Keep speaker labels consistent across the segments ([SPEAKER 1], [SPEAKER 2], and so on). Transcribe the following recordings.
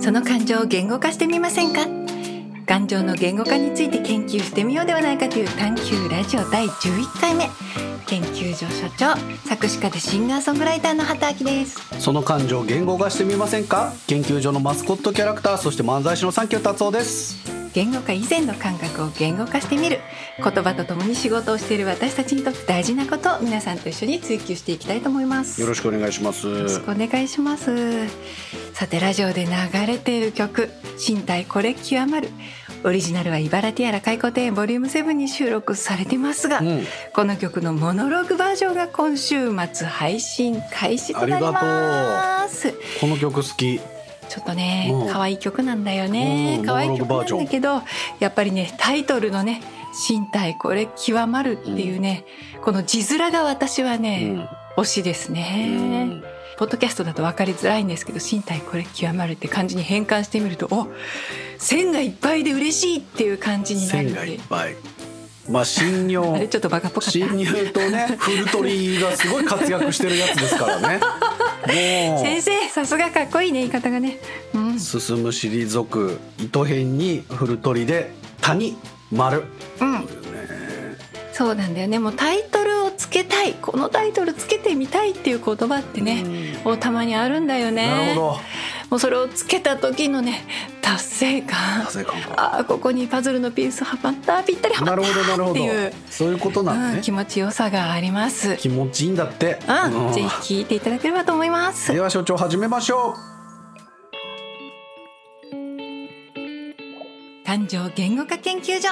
[SPEAKER 1] その感情を言語化してみませんか感情の言語化について研究してみようではないかという探求ラジオ第11回目研究所所長作詞家でシンガーソングライターの畑明です
[SPEAKER 2] その感情を言語化してみませんか研究所のマスコットキャラクターそして漫才師のサンキュー達夫です
[SPEAKER 1] 言語化以前の感覚を言語化してみる言葉とともに仕事をしている私たちにとって大事なことを皆さんと一緒に追求していきたいと思います
[SPEAKER 2] よろしくお願いします
[SPEAKER 1] よろしくお願いしますさてラジオで流れている曲「身体これ極まる」オリジナルは茨ティアラ開校庭園ボリューム7に収録されてますが、
[SPEAKER 2] うん
[SPEAKER 1] この曲のモノローグバージョンが今週末配信開始となります
[SPEAKER 2] この曲好き
[SPEAKER 1] ちょっとね
[SPEAKER 2] うん
[SPEAKER 1] 可愛い曲なんだよね
[SPEAKER 2] うん
[SPEAKER 1] 可愛い
[SPEAKER 2] モ
[SPEAKER 1] 曲
[SPEAKER 2] ノロ
[SPEAKER 1] な
[SPEAKER 2] ーグバージョン
[SPEAKER 1] んだけどやっぱりねタイトルのね「身体これ極まる」っていうね、この字面が私は
[SPEAKER 2] う
[SPEAKER 1] ね、
[SPEAKER 2] ん
[SPEAKER 1] 推しですね、
[SPEAKER 2] うん
[SPEAKER 1] ポッドキャストだと分かりづらいんですけど「身体これ極まる」って漢字に変換してみるとお線がいっぱいで嬉しいっていう感じになる
[SPEAKER 2] 線
[SPEAKER 1] ん
[SPEAKER 2] がいっ
[SPEAKER 1] で
[SPEAKER 2] ぱいまあ新
[SPEAKER 1] あれ
[SPEAKER 2] 尿
[SPEAKER 1] ちょっとバカっぽかった
[SPEAKER 2] 新入とねフルトリがすごい活躍してるやつですから ねも
[SPEAKER 1] 先
[SPEAKER 2] う
[SPEAKER 1] 生さすがかっこいいね言い方がね、うん、
[SPEAKER 2] 進む退く糸編にフルトリで谷丸
[SPEAKER 1] うん、そうなんだよねもうタイトルをつけたいこのタイトルつけてみたいっていう言葉ってね、もうたまにあるんだよね
[SPEAKER 2] なるほど
[SPEAKER 1] もうそれをつけた時のね達成感
[SPEAKER 2] 達成感が
[SPEAKER 1] あーここにパズルのピースはまったぴったりはま
[SPEAKER 2] な
[SPEAKER 1] った
[SPEAKER 2] るほどなるほ
[SPEAKER 1] って
[SPEAKER 2] ど
[SPEAKER 1] いう、
[SPEAKER 2] そういうことな
[SPEAKER 1] うんん、
[SPEAKER 2] だ
[SPEAKER 1] 気
[SPEAKER 2] ね
[SPEAKER 1] 持ちよさがあります
[SPEAKER 2] 気持ちいいんだって
[SPEAKER 1] う、
[SPEAKER 2] うんん
[SPEAKER 1] ぜひ聞いていただければと思います
[SPEAKER 2] では所長始めましょ
[SPEAKER 1] 感情言語化研究所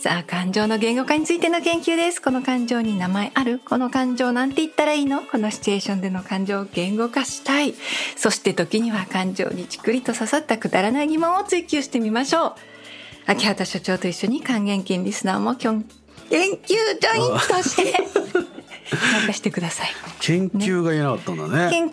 [SPEAKER 1] さあ感情の言語化についての研究ですこの感情に名前あるこの感情なんて言ったらいいのこのシチュエーションでの感情を言語化したいそして時には感情にじっくりと刺さったくだらない疑問を追求してみましょう秋畑所長と一緒に還元金リスナーもきょん研究所員として 参加してくださいう
[SPEAKER 2] 研究が言えなかったんだね
[SPEAKER 1] 研究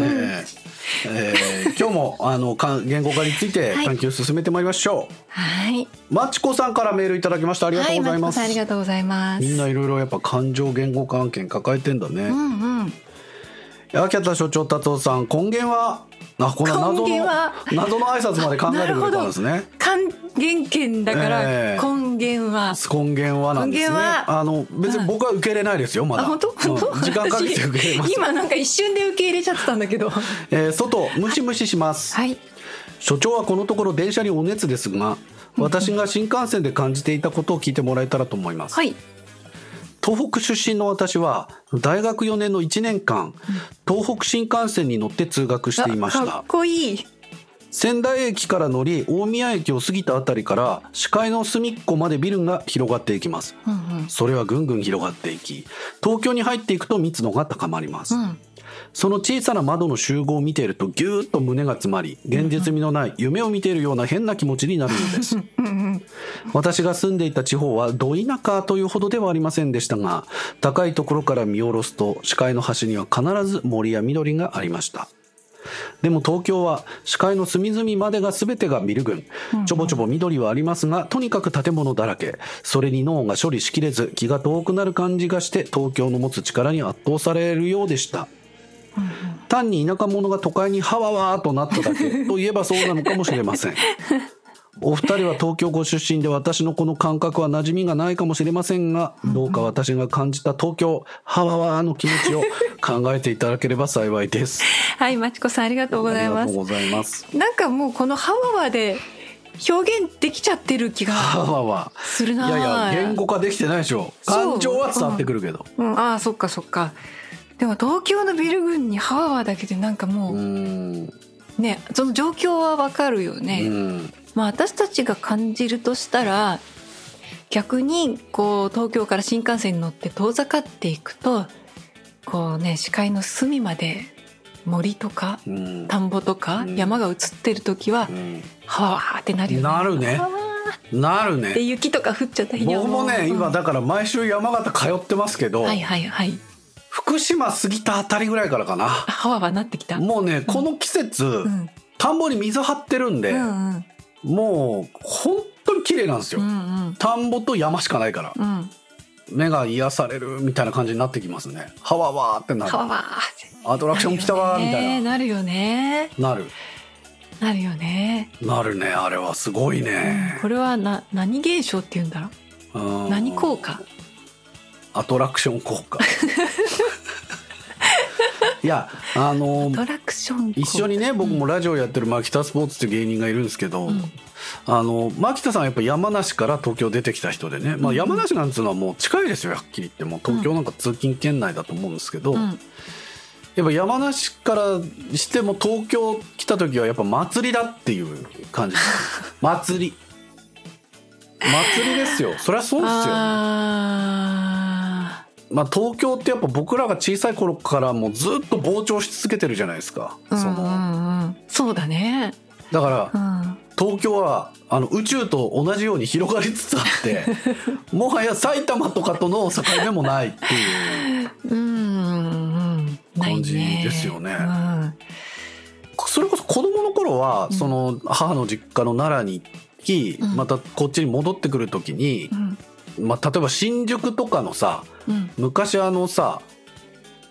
[SPEAKER 2] えーえー今日もあのか言語化について
[SPEAKER 1] はい
[SPEAKER 2] 探求を進めてまいりましょ
[SPEAKER 1] はい。
[SPEAKER 2] うまちこさんからメールいただきましたありがとうございま
[SPEAKER 1] はい、マツコさんあり
[SPEAKER 2] す
[SPEAKER 1] がとうございます。
[SPEAKER 2] みんないろいろやっぱ感情言語関係抱えてんだ
[SPEAKER 1] う
[SPEAKER 2] ね
[SPEAKER 1] んうん。
[SPEAKER 2] 秋田所長達夫さん根源はあこの謎
[SPEAKER 1] 根
[SPEAKER 2] の
[SPEAKER 1] 源は
[SPEAKER 2] 謎の挨拶まで考えてくれた んですね
[SPEAKER 1] 還元権だから
[SPEAKER 2] ええ
[SPEAKER 1] 根源は、
[SPEAKER 2] 根源はなんです
[SPEAKER 1] 根
[SPEAKER 2] ね
[SPEAKER 1] 源は
[SPEAKER 2] あの別に僕は受け入れないですよまだ
[SPEAKER 1] あ本当
[SPEAKER 2] うん
[SPEAKER 1] 本当
[SPEAKER 2] 時間かけて受け入れます
[SPEAKER 1] 私 今なんか一瞬で受け入れちゃってたんだけど。は
[SPEAKER 2] えー外ムシムシします、
[SPEAKER 1] い。
[SPEAKER 2] 所長はこのところ電車にお熱ですが私が新幹線で感じていたことを聞いてもらえたらと思います、
[SPEAKER 1] はい。
[SPEAKER 2] 東北出身の私は大学4年の1年間東北新幹線に乗って通学していまし
[SPEAKER 1] あかったこいい。
[SPEAKER 2] 仙台駅から乗り大宮駅を過ぎたあたりから視界の隅っこまでビルが広がっていきます
[SPEAKER 1] うんうん。
[SPEAKER 2] それはぐんぐん広がっていき東京に入っていくと密度が高まります、
[SPEAKER 1] うん。
[SPEAKER 2] その小さな窓の集合を見ているとぎゅーっと胸が詰まり現実味のない夢を見ているような変な気持ちになるのです私が住んでいた地方はど田舎というほどではありませんでしたが高いところから見下ろすと視界の端には必ず森や緑がありましたでも東京は視界の隅々までが全てがビル群ちょぼちょぼ緑はありますがとにかく建物だらけそれに脳が処理しきれず気が遠くなる感じがして東京の持つ力に圧倒されるようでした単に田舎者が都会にハワワーとなっただ けといえばそうなのかもしれません。お二人は東京ご出身で私のこの感覚は馴染みがないかもしれませんが、どうか私が感じた東京、ハワワーの気持ちを考えていただければ幸いです。
[SPEAKER 1] はい、まちこさんありがとうござい
[SPEAKER 2] あ
[SPEAKER 1] ま
[SPEAKER 2] りがとう
[SPEAKER 1] す。
[SPEAKER 2] ございます。
[SPEAKER 1] なんかもうこのハワワで表現できちゃってる気
[SPEAKER 2] ハ
[SPEAKER 1] が
[SPEAKER 2] ワワ
[SPEAKER 1] する
[SPEAKER 2] ー。
[SPEAKER 1] な。
[SPEAKER 2] いやいや、言語化できてないでしょ。
[SPEAKER 1] そう
[SPEAKER 2] 感情は伝わってくるけど。
[SPEAKER 1] うん、ああ、そっかそっか。でも東京のビル群にハワワだけでなんかもう、
[SPEAKER 2] うん。
[SPEAKER 1] ね、その状況はわかるよね。
[SPEAKER 2] うん。
[SPEAKER 1] まあ私たちが感じるとしたら、逆にこう東京から新幹線に乗って遠ざかっていくと、こうね視界の隅まで森とか
[SPEAKER 2] うん。
[SPEAKER 1] 田んぼとか
[SPEAKER 2] うん
[SPEAKER 1] 山が映ってる時は、
[SPEAKER 2] うん
[SPEAKER 1] はわーってなるよね。
[SPEAKER 2] なるね
[SPEAKER 1] はわー
[SPEAKER 2] なる
[SPEAKER 1] って
[SPEAKER 2] ね。
[SPEAKER 1] 雪とか降っちゃった日には
[SPEAKER 2] 僕もね、今だから毎週山形通ってますけど、
[SPEAKER 1] はいはいはい。
[SPEAKER 2] 福島過ぎたあたりぐらいからかな
[SPEAKER 1] あはわはなってきた。
[SPEAKER 2] もうねこの季節、
[SPEAKER 1] うん
[SPEAKER 2] 田んぼに水張ってるんで、
[SPEAKER 1] うんうん
[SPEAKER 2] もう本当に綺麗なんです
[SPEAKER 1] う
[SPEAKER 2] よ、
[SPEAKER 1] んうん
[SPEAKER 2] 田んぼと山しかないから
[SPEAKER 1] うん
[SPEAKER 2] 目が癒されるみたいな感じになってきますねはわわーってな
[SPEAKER 1] はわ
[SPEAKER 2] る
[SPEAKER 1] わーって
[SPEAKER 2] アトラクション来たわーみたいな
[SPEAKER 1] なるよね
[SPEAKER 2] なる
[SPEAKER 1] なるよね
[SPEAKER 2] なるねあれはすごいね、
[SPEAKER 1] これはな何現象って言うんだろ
[SPEAKER 2] うん
[SPEAKER 1] う何効果
[SPEAKER 2] アトラクション効 果いやあの
[SPEAKER 1] アトラクション効果
[SPEAKER 2] 一緒にね僕もラジオやってる牧田スポーツっていう芸人がいるんですけど、
[SPEAKER 1] うん
[SPEAKER 2] あの牧田さんはやっぱ山梨から東京出てきた人でね、まあ、
[SPEAKER 1] うん
[SPEAKER 2] 山梨なんていうのはもう近いですよはっきり言ってもう東京なんか通勤圏内だと思うんですけど、
[SPEAKER 1] うん
[SPEAKER 2] やっぱ山梨からしても東京来た時はやっぱ祭りだっていう感じ 祭り祭りですよそりゃそうですよ
[SPEAKER 1] あ
[SPEAKER 2] まあ、東京ってやっぱ僕らが小さい頃からもうずっと膨張し続けてるじゃないですか、
[SPEAKER 1] ー
[SPEAKER 2] そ
[SPEAKER 1] うんうん
[SPEAKER 2] の
[SPEAKER 1] うんそうだね
[SPEAKER 2] だか
[SPEAKER 1] う
[SPEAKER 2] ら
[SPEAKER 1] ん
[SPEAKER 2] 東京はあの宇宙と同じように広がりつつあって もはや埼玉とかとの境目もないっていう
[SPEAKER 1] うんうんないね
[SPEAKER 2] 感じですよ
[SPEAKER 1] う
[SPEAKER 2] ね
[SPEAKER 1] ん
[SPEAKER 2] それこそ子供の頃は
[SPEAKER 1] うん
[SPEAKER 2] その母の実家の奈良に行き
[SPEAKER 1] うん
[SPEAKER 2] またこっちに戻ってくる時に
[SPEAKER 1] う、ん
[SPEAKER 2] まあ、例えば新宿とかのさ
[SPEAKER 1] うん
[SPEAKER 2] 昔あのさ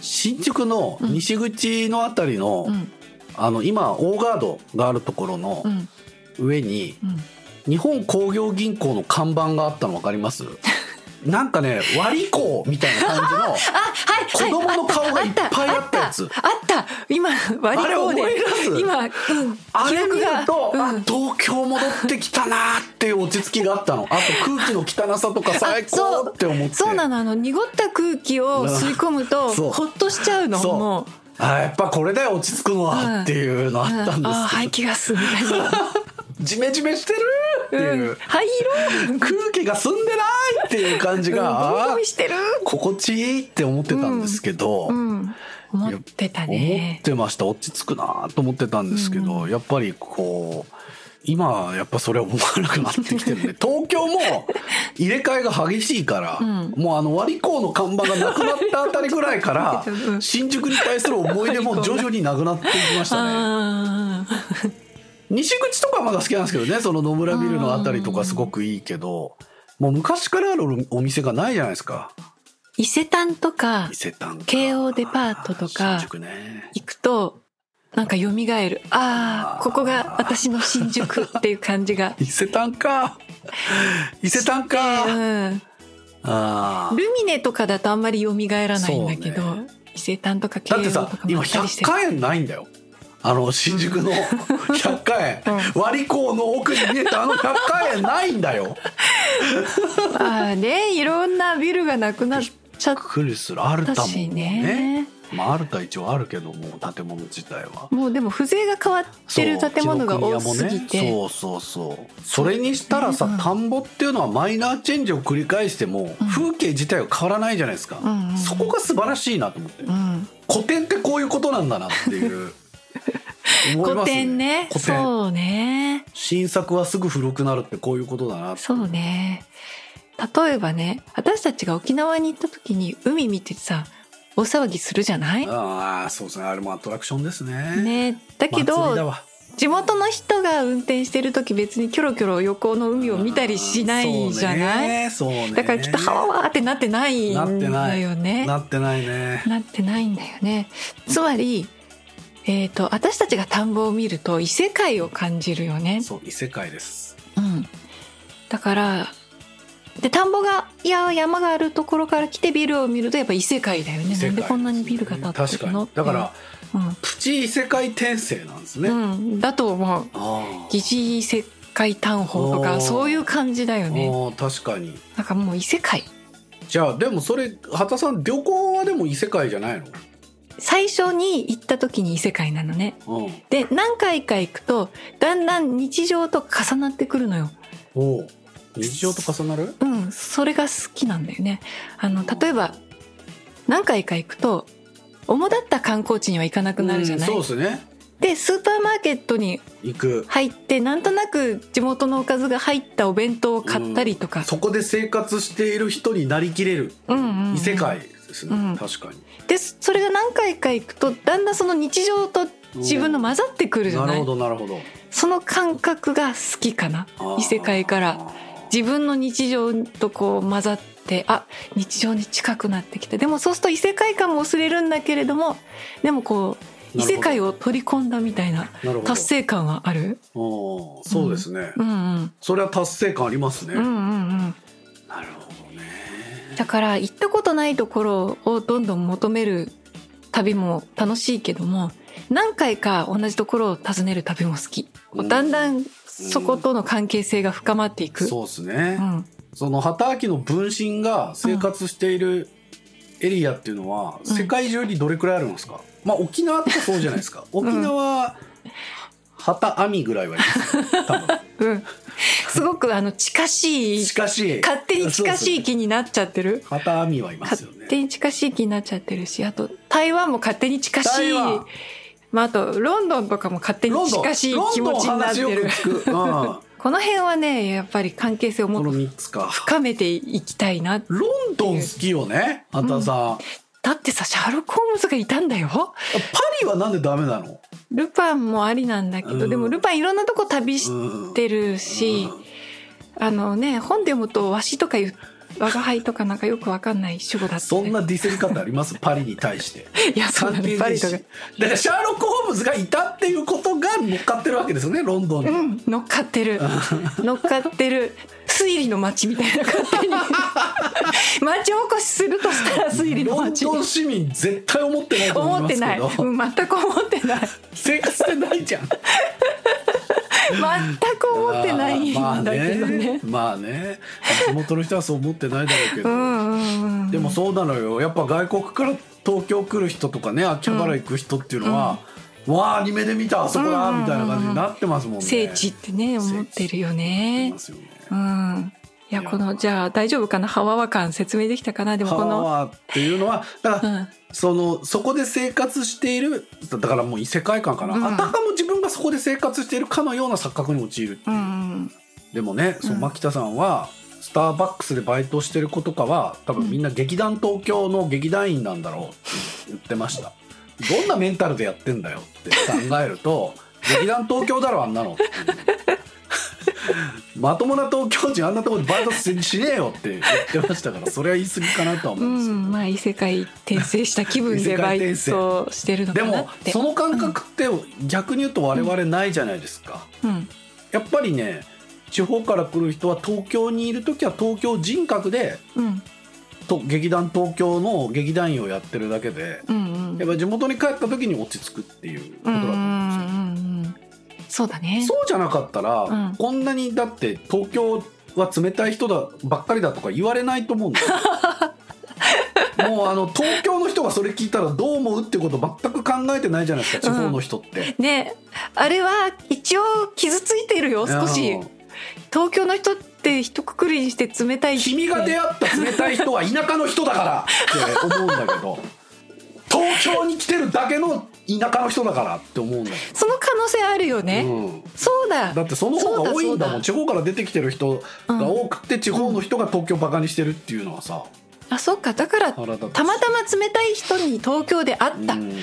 [SPEAKER 2] 新宿の西口のあたりの、
[SPEAKER 1] うん
[SPEAKER 2] あの今オーガードがあるところの
[SPEAKER 1] うん
[SPEAKER 2] 上に
[SPEAKER 1] うん
[SPEAKER 2] 日本工業銀行の看板があったの分かります なんかね割り子みたいな感じの
[SPEAKER 1] あはい
[SPEAKER 2] 子供の顔がいっぱいあったやつ
[SPEAKER 1] あったあった今割り込んで
[SPEAKER 2] あれ思い出す
[SPEAKER 1] 今、うん、
[SPEAKER 2] あ
[SPEAKER 1] 記
[SPEAKER 2] れ見
[SPEAKER 1] 憶
[SPEAKER 2] る
[SPEAKER 1] が
[SPEAKER 2] と、
[SPEAKER 1] うん
[SPEAKER 2] あ東京戻ってきたなーっていう落ち着きがあったのあと空気の汚さとか最高って思って
[SPEAKER 1] そうなのあの濁った空気を吸い込むと
[SPEAKER 2] そう
[SPEAKER 1] ほっとしちゃうの
[SPEAKER 2] そう
[SPEAKER 1] もう
[SPEAKER 2] あやっぱこれで落ち着くのはっていうのあったんですけ
[SPEAKER 1] うん
[SPEAKER 2] ど、
[SPEAKER 1] あー排気ガスみたいな、
[SPEAKER 2] ジメジメしてるーっていう、
[SPEAKER 1] うん、灰色
[SPEAKER 2] 空気が澄んでないっていう感じ
[SPEAKER 1] うん
[SPEAKER 2] が、
[SPEAKER 1] ゴミ
[SPEAKER 2] あ
[SPEAKER 1] ゴ
[SPEAKER 2] ー
[SPEAKER 1] ミしてる
[SPEAKER 2] 心地いいって思ってたんですけど、
[SPEAKER 1] うん思ってた
[SPEAKER 2] 思っ
[SPEAKER 1] ね
[SPEAKER 2] てました落ち着くなと思ってたんですけど、やっぱりこう今やっぱそれは思わなくなってきてる ね東京も入れ替えが激しいから、
[SPEAKER 1] ん
[SPEAKER 2] もうあの割り工の看板がなくなったあたりぐらいか
[SPEAKER 1] う
[SPEAKER 2] ら
[SPEAKER 1] ん
[SPEAKER 2] 新宿に対する思い出も徐々になくなっていきましたね
[SPEAKER 1] あー
[SPEAKER 2] 西口とかはまだ好きなんですけどねその野村ビルのあたりとかすごくいいけど。もう昔からあるお店がないじゃないですか。
[SPEAKER 1] 伊勢丹とか
[SPEAKER 2] 伊勢丹か
[SPEAKER 1] 京王デパートとか
[SPEAKER 2] 新宿ね。
[SPEAKER 1] 行くとなんか蘇るあ
[SPEAKER 2] あ
[SPEAKER 1] あ
[SPEAKER 2] ー
[SPEAKER 1] ここが私の新 宿っていう感じが
[SPEAKER 2] 伊勢丹か。伊勢丹か。
[SPEAKER 1] うん
[SPEAKER 2] あー
[SPEAKER 1] ルミネとかだとあんまり蘇らないんだけど、
[SPEAKER 2] そうね
[SPEAKER 1] 伊勢丹とか京
[SPEAKER 2] だっ
[SPEAKER 1] 王
[SPEAKER 2] て
[SPEAKER 1] と
[SPEAKER 2] さ
[SPEAKER 1] かも
[SPEAKER 2] 今
[SPEAKER 1] あったりして
[SPEAKER 2] 100円ないんだよあの新宿の100円、割り工の奥に見えたあの100円ないんだよ
[SPEAKER 1] まあねいろんなビルがなくなっちゃっ
[SPEAKER 2] クリスアル
[SPEAKER 1] た
[SPEAKER 2] タも
[SPEAKER 1] し
[SPEAKER 2] ね
[SPEAKER 1] ね
[SPEAKER 2] まあアルタ一応あるけども建物自体は。
[SPEAKER 1] もうでも風情が変わってる建物が多すぎて、
[SPEAKER 2] そう紀ノ国屋もねそうそうそうそれにしたらさ、
[SPEAKER 1] うん
[SPEAKER 2] 田んぼっていうのはマイナーチェンジを繰り返しても、
[SPEAKER 1] うん
[SPEAKER 2] 風景自体は変わらないじゃないですか、
[SPEAKER 1] うんうん
[SPEAKER 2] そこが素晴らしいなと思って、
[SPEAKER 1] うん、
[SPEAKER 2] 古典ってこういうことなんだなっていう 思い
[SPEAKER 1] 古
[SPEAKER 2] ます
[SPEAKER 1] 典ね
[SPEAKER 2] 古典
[SPEAKER 1] そうね
[SPEAKER 2] 新作はすぐ古くなるってこういうことだなって
[SPEAKER 1] そうね例えばね私たちが沖縄に行った時に海見てさ大騒ぎするじゃない
[SPEAKER 2] ああそうですねあれもアトラクションですね
[SPEAKER 1] ねだけ
[SPEAKER 2] 祭りだ
[SPEAKER 1] ど
[SPEAKER 2] わ
[SPEAKER 1] 地元の人が運転してる時別にキョロキョロ横の海を見たりしないじゃない、
[SPEAKER 2] そうねそうね
[SPEAKER 1] だからきっとハワワーってなってないんだ
[SPEAKER 2] なってない
[SPEAKER 1] よね
[SPEAKER 2] なってないね
[SPEAKER 1] なってないんだよねつまり、えー、と私たちが田んぼを見ると異世界を感じるよね、
[SPEAKER 2] そう異世界です
[SPEAKER 1] うん、だからで田んぼがいや山があるところから来てビルを見るとやっぱ異世界だよね
[SPEAKER 2] 異世界
[SPEAKER 1] なんでこんなにビルが建ってるの
[SPEAKER 2] 確かにだから
[SPEAKER 1] うん
[SPEAKER 2] プチ異世界転生なんですね、あ
[SPEAKER 1] うん、だと思う
[SPEAKER 2] あ
[SPEAKER 1] 疑似異世界探訪と
[SPEAKER 2] お
[SPEAKER 1] か
[SPEAKER 2] ー
[SPEAKER 1] そういう感じだよね
[SPEAKER 2] ああ確かに
[SPEAKER 1] なんかもう異世界
[SPEAKER 2] じゃあでもそれ畑さん旅行はでも異世界じゃないの
[SPEAKER 1] 最初に行った時に異世界なのね
[SPEAKER 2] うん
[SPEAKER 1] で何回か行くとだんだん日常と重なってくるのよ
[SPEAKER 2] おう日常と重なる
[SPEAKER 1] うん、それが好きなんだよね。あの、例えば、何回か行くと、主だった観光地には行かなくなるじゃない、
[SPEAKER 2] うんそうですね
[SPEAKER 1] で、スーパーマーケットに
[SPEAKER 2] 行く
[SPEAKER 1] 入って、なんとなく地元のおかずが入ったお弁当を買ったりとか。
[SPEAKER 2] そこで生活している人になりきれる
[SPEAKER 1] うんうんうん
[SPEAKER 2] 異世界ですね、
[SPEAKER 1] うん
[SPEAKER 2] 確かに
[SPEAKER 1] で、それが何回か行くと、だんだんその日常と自分の混ざってくるじゃ
[SPEAKER 2] な
[SPEAKER 1] な
[SPEAKER 2] る
[SPEAKER 1] い
[SPEAKER 2] ほどなるほど
[SPEAKER 1] その感覚が好きかな
[SPEAKER 2] あ。ー
[SPEAKER 1] 異世界から。自分の日常とこう混ざってあ日常に近くなってきたでもそうすると異世界感も薄れるんだけれどもでもこう異世界を取り込んだみたいな
[SPEAKER 2] なるほど
[SPEAKER 1] 達成感はある
[SPEAKER 2] あーそうですね、
[SPEAKER 1] うんうん
[SPEAKER 2] それは達成感ありますね、
[SPEAKER 1] うんうんうん
[SPEAKER 2] なるほどね
[SPEAKER 1] だから行ったことないところをどんどん求める旅も楽しいけども何回か同じところを訪ねる旅も好き、
[SPEAKER 2] うん
[SPEAKER 1] だんだんそことの関係性が深まっていく、
[SPEAKER 2] そうですね、
[SPEAKER 1] うん
[SPEAKER 2] その畑明の分身が生活しているエリアっていうのは
[SPEAKER 1] うん
[SPEAKER 2] 世界中にどれくらいあるんですか、まあ沖縄ってそうじゃないですか沖縄、畑網ぐらいはいますよ多分
[SPEAKER 1] うん、すごくあの近しい
[SPEAKER 2] 近しい
[SPEAKER 1] 勝手に近しい
[SPEAKER 2] 気
[SPEAKER 1] 気になっちゃってる
[SPEAKER 2] 畑網はいます
[SPEAKER 1] 勝
[SPEAKER 2] よね
[SPEAKER 1] 手に近しい気になっちゃってるしあと台湾も勝手に近しい
[SPEAKER 2] 台湾、
[SPEAKER 1] まあ、あとロンドンとかも勝手
[SPEAKER 2] ロ
[SPEAKER 1] に
[SPEAKER 2] ンドン
[SPEAKER 1] 近しい気持ちになって
[SPEAKER 2] ロンドン
[SPEAKER 1] る
[SPEAKER 2] 話よく聞 く、う
[SPEAKER 1] この辺はねやっぱり関係性を
[SPEAKER 2] ん、こ
[SPEAKER 1] も
[SPEAKER 2] の
[SPEAKER 1] っと
[SPEAKER 2] 3つか
[SPEAKER 1] 深めていきたいな
[SPEAKER 2] ロンドン好きよねあんたさん、パ
[SPEAKER 1] だってさシャーロック・ホームズがいたんだよ
[SPEAKER 2] リはなんでダメなの、
[SPEAKER 1] ルパンもありなんだけど、
[SPEAKER 2] うん
[SPEAKER 1] でもルパンいろんなとこ旅し
[SPEAKER 2] うん、
[SPEAKER 1] てるし、あのね本で読むと「わし」とか言う「我が輩」とかなんかよくわかんない主語だった、ね、
[SPEAKER 2] そんなディスり方ありますパリに対して
[SPEAKER 1] いやそうだ
[SPEAKER 2] 関
[SPEAKER 1] ね
[SPEAKER 2] 係
[SPEAKER 1] パ
[SPEAKER 2] ない
[SPEAKER 1] リ
[SPEAKER 2] し
[SPEAKER 1] とか
[SPEAKER 2] だからシャーロック・ホームズがいたっていうことが乗っかってるわけですよねロンドンに、
[SPEAKER 1] うん乗っかってる乗っかってる推理の街みたいな勝手 に町おこしするとしたら推理の
[SPEAKER 2] ロン
[SPEAKER 1] 街
[SPEAKER 2] ドン市民絶対思ってないと思い
[SPEAKER 1] 思っ
[SPEAKER 2] ま
[SPEAKER 1] て
[SPEAKER 2] す
[SPEAKER 1] な
[SPEAKER 2] け
[SPEAKER 1] い、
[SPEAKER 2] ど
[SPEAKER 1] うん全く思ってない
[SPEAKER 2] 生活してないじゃん
[SPEAKER 1] 全く思ってない
[SPEAKER 2] まあ
[SPEAKER 1] んだけど
[SPEAKER 2] ね
[SPEAKER 1] ね,、
[SPEAKER 2] まあね地元の人はそう思ってないだろうけど、
[SPEAKER 1] うんうんうん
[SPEAKER 2] でもそうなのよやっぱ外国から東京来る人とかね秋葉原行く人っていうのは、わあアニメで見たあそこだ、
[SPEAKER 1] うん
[SPEAKER 2] みたいな感じになってますもんね
[SPEAKER 1] 聖地ってね思ってるよ
[SPEAKER 2] なって
[SPEAKER 1] ね
[SPEAKER 2] ますよね
[SPEAKER 1] うんいやこのじゃあ大丈夫かなハワワ感説明できたかなでも
[SPEAKER 2] ハ
[SPEAKER 1] この
[SPEAKER 2] ワーっていうのはだから、
[SPEAKER 1] うん
[SPEAKER 2] そのそこで生活しているだからもう異世界観かな、
[SPEAKER 1] うん
[SPEAKER 2] あたかも自分がそこで生活しているかのような錯覚に陥るって
[SPEAKER 1] う
[SPEAKER 2] いう、
[SPEAKER 1] ん
[SPEAKER 2] でもねそうの
[SPEAKER 1] ん
[SPEAKER 2] 牧田さんはスターバックスでバイトしてる子とかは多分みんな劇団東京の劇団員なんだろうって言ってましたどんなメンタルでやってんだよって考える と劇団東京だろあんなのっていうまともな東京人あんなところでバイトししねえよって言ってましたからそれは言い過ぎかなとは
[SPEAKER 1] う
[SPEAKER 2] 思うんですよ、
[SPEAKER 1] ん、まあ異世界転生した気分
[SPEAKER 2] 異世
[SPEAKER 1] でバ
[SPEAKER 2] 界
[SPEAKER 1] イ
[SPEAKER 2] 転生
[SPEAKER 1] トしてるの
[SPEAKER 2] で
[SPEAKER 1] かなっ
[SPEAKER 2] も
[SPEAKER 1] て。
[SPEAKER 2] その感覚って逆に言うと我々ないじゃないですか、
[SPEAKER 1] うん、
[SPEAKER 2] やっぱりね地方から来る人は東京にいる時は東京人格で
[SPEAKER 1] うん、
[SPEAKER 2] と劇団東京の劇団員をやってるだけで
[SPEAKER 1] うん、うん、
[SPEAKER 2] やっぱ地元に帰った時に落ち着くっていうこと
[SPEAKER 1] う
[SPEAKER 2] だ
[SPEAKER 1] ん、
[SPEAKER 2] と
[SPEAKER 1] う
[SPEAKER 2] 思うんですよ、
[SPEAKER 1] ん、うん、そうだね。
[SPEAKER 2] そうじゃなかったら、
[SPEAKER 1] うん
[SPEAKER 2] こんなにだって東京は冷たい人だばっかりだとか言われないと思うんです よもうあの東京の人がそれ聞いたらどう思うってこと全く考えてないじゃないですか地方の人って、
[SPEAKER 1] ね、あれは一応傷ついてるよ、少し。東京の人って一括りにして冷たい。
[SPEAKER 2] 君が出会った冷たい人は田舎の人だからって思うんだけ ど東京に来てるだけの田舎の人だからって思うんだけ
[SPEAKER 1] その可能性あるよ
[SPEAKER 2] ど、
[SPEAKER 1] ね。
[SPEAKER 2] うん
[SPEAKER 1] そうだ。
[SPEAKER 2] だってその方が多いんだ
[SPEAKER 1] そうだ
[SPEAKER 2] もん
[SPEAKER 1] そ
[SPEAKER 2] 地方から出てきてる人が多くて地方の人が東京バカにしてるっていうのはさ
[SPEAKER 1] あ、そっか、だから。
[SPEAKER 2] 腹立つ
[SPEAKER 1] たまたま冷たい人に東京で会ったっ
[SPEAKER 2] うん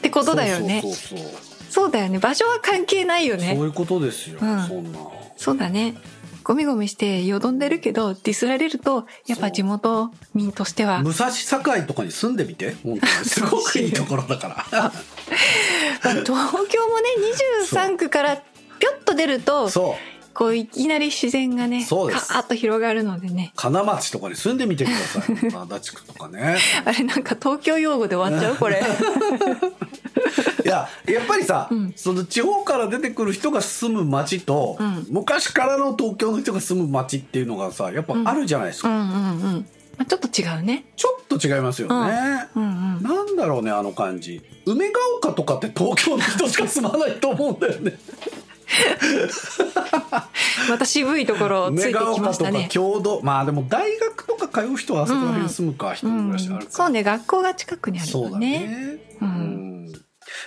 [SPEAKER 1] てことだよね。
[SPEAKER 2] そうそうそうそう
[SPEAKER 1] そうだよね。場所は関係ないよ
[SPEAKER 2] そ
[SPEAKER 1] ね
[SPEAKER 2] う。いうことですよ、
[SPEAKER 1] うん
[SPEAKER 2] そんな
[SPEAKER 1] そうだね。ゴミゴミしてよどんでるけど、ディスられると、やっぱ地元民としては、
[SPEAKER 2] 武蔵境とかに住んでみて 本当にすごくいいところだから
[SPEAKER 1] 東京もね、23区からぴょっと出ると、
[SPEAKER 2] そう
[SPEAKER 1] こういきなり自然がね、カ
[SPEAKER 2] そうです
[SPEAKER 1] ーッと広がるのでね。
[SPEAKER 2] 金町とかに住んでみてください 足立区とかね
[SPEAKER 1] あれなんか東京用語で終わっちゃうこ れ。
[SPEAKER 2] いややっぱりさ、
[SPEAKER 1] うん
[SPEAKER 2] その地方から出てくる人が住む町と、
[SPEAKER 1] うん
[SPEAKER 2] 昔からの東京の人が住む町っていうのがさやっぱあるじゃないです
[SPEAKER 1] う
[SPEAKER 2] か、
[SPEAKER 1] んうんうん。まあ、ちょっと違うね。
[SPEAKER 2] ちょっと違いますよね、
[SPEAKER 1] うんうん。
[SPEAKER 2] なんだろうねあの感じ梅ヶ丘とかって東京の人しか住まないと思うんだ よね
[SPEAKER 1] また渋いところをつ
[SPEAKER 2] 梅
[SPEAKER 1] いて
[SPEAKER 2] ヶ
[SPEAKER 1] き
[SPEAKER 2] 丘
[SPEAKER 1] まし
[SPEAKER 2] と
[SPEAKER 1] た
[SPEAKER 2] か
[SPEAKER 1] ね。
[SPEAKER 2] 郷土まあでも大学とか通う人はあそこら辺住むか、一
[SPEAKER 1] う
[SPEAKER 2] 人暮
[SPEAKER 1] ん
[SPEAKER 2] らしあるか
[SPEAKER 1] そうね、学校が近くにある
[SPEAKER 2] そ
[SPEAKER 1] よ
[SPEAKER 2] うだ
[SPEAKER 1] ね。
[SPEAKER 2] ね、
[SPEAKER 1] う。
[SPEAKER 2] うんん、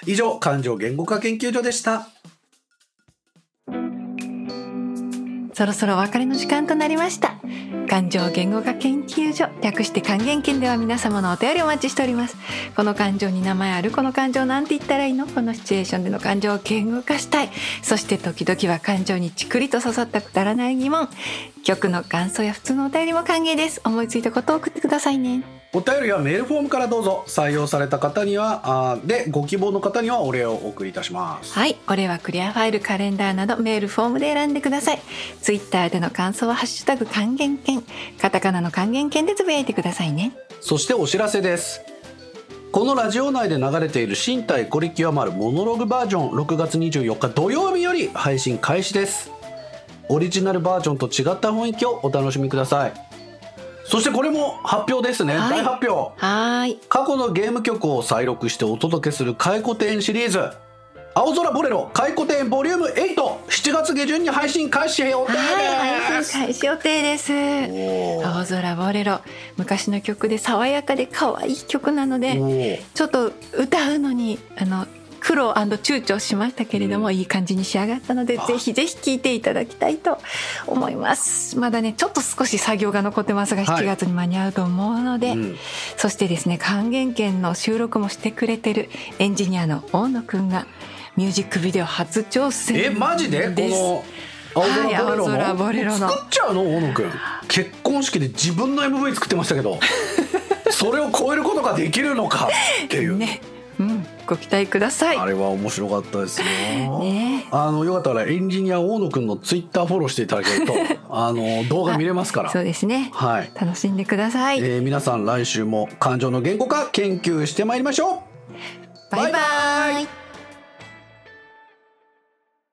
[SPEAKER 2] 以上感情言語化研究所でした
[SPEAKER 1] そろそろお別れの時間となりました感情言語化研究所略して還元研では皆様のお便りお待ちしておりますこの感情に名前あるこの感情なんて言ったらいいのこのシチュエーションでの感情を言語化したいそして時々は感情にちくりと刺さったくだらない疑問曲の感想や普通のお便りも歓迎です思いついたことを送ってくださいね
[SPEAKER 2] お便りはメールフォームからどうぞ採用された方にはあーでご希望の方にはお礼をお送りいたします
[SPEAKER 1] はいこれはクリアファイルカレンダーなどメールフォームで選んでくださいツイッターでの感想は「ハッシュタグ還元券」カタカナの還元券でつぶやいてくださいね
[SPEAKER 2] そしてお知らせですこのラジオ内で流れている「身体これ極まるモノログバージョン」6月24日土曜日より配信開始ですオリジナルバージョンと違った雰囲気をお楽しみくださいそしてこれも発表ですね、
[SPEAKER 1] はい
[SPEAKER 2] 大発表
[SPEAKER 1] はーい
[SPEAKER 2] 過去のゲーム曲を再録してお届けする回顧展シリーズ「青空ボレロ回顧展ボリューム8」7月下旬に配信開始予定です、
[SPEAKER 1] はい配信開始予定です
[SPEAKER 2] おー
[SPEAKER 1] 青空ボレロ昔の曲で爽やかで可愛い曲なので
[SPEAKER 2] おー
[SPEAKER 1] ちょっと歌うのにあの苦労躊躇しましたけれども、いい感じに仕上がったので
[SPEAKER 2] あ
[SPEAKER 1] ぜひぜひ聴いていただきたいと思いますまだねちょっと少し作業が残ってますが、
[SPEAKER 2] は
[SPEAKER 1] 7
[SPEAKER 2] い
[SPEAKER 1] 月に間に合うと思うので、
[SPEAKER 2] うん
[SPEAKER 1] そしてですね還元券の収録もしてくれてるエンジニアの大野くんがミュージックビデオ初挑戦
[SPEAKER 2] えマジで
[SPEAKER 1] です
[SPEAKER 2] この青空ボレロ
[SPEAKER 1] はい
[SPEAKER 2] の,、
[SPEAKER 1] 青空ボレロの
[SPEAKER 2] 作っちゃうの大野くん結婚式で自分の MV 作ってましたけ どそれを超えることができるのかっていう、
[SPEAKER 1] ね、うん、ご期待ください
[SPEAKER 2] あれは面白かったですよ
[SPEAKER 1] ね
[SPEAKER 2] あのよかったらエンジニア大野くんのツイッターフォローしていただけ るとあの動画見れますから
[SPEAKER 1] そうですね
[SPEAKER 2] はい、
[SPEAKER 1] 楽しんでください、
[SPEAKER 2] えー皆さん来週も感情の言語化研究してまいりましょう
[SPEAKER 1] バイバイ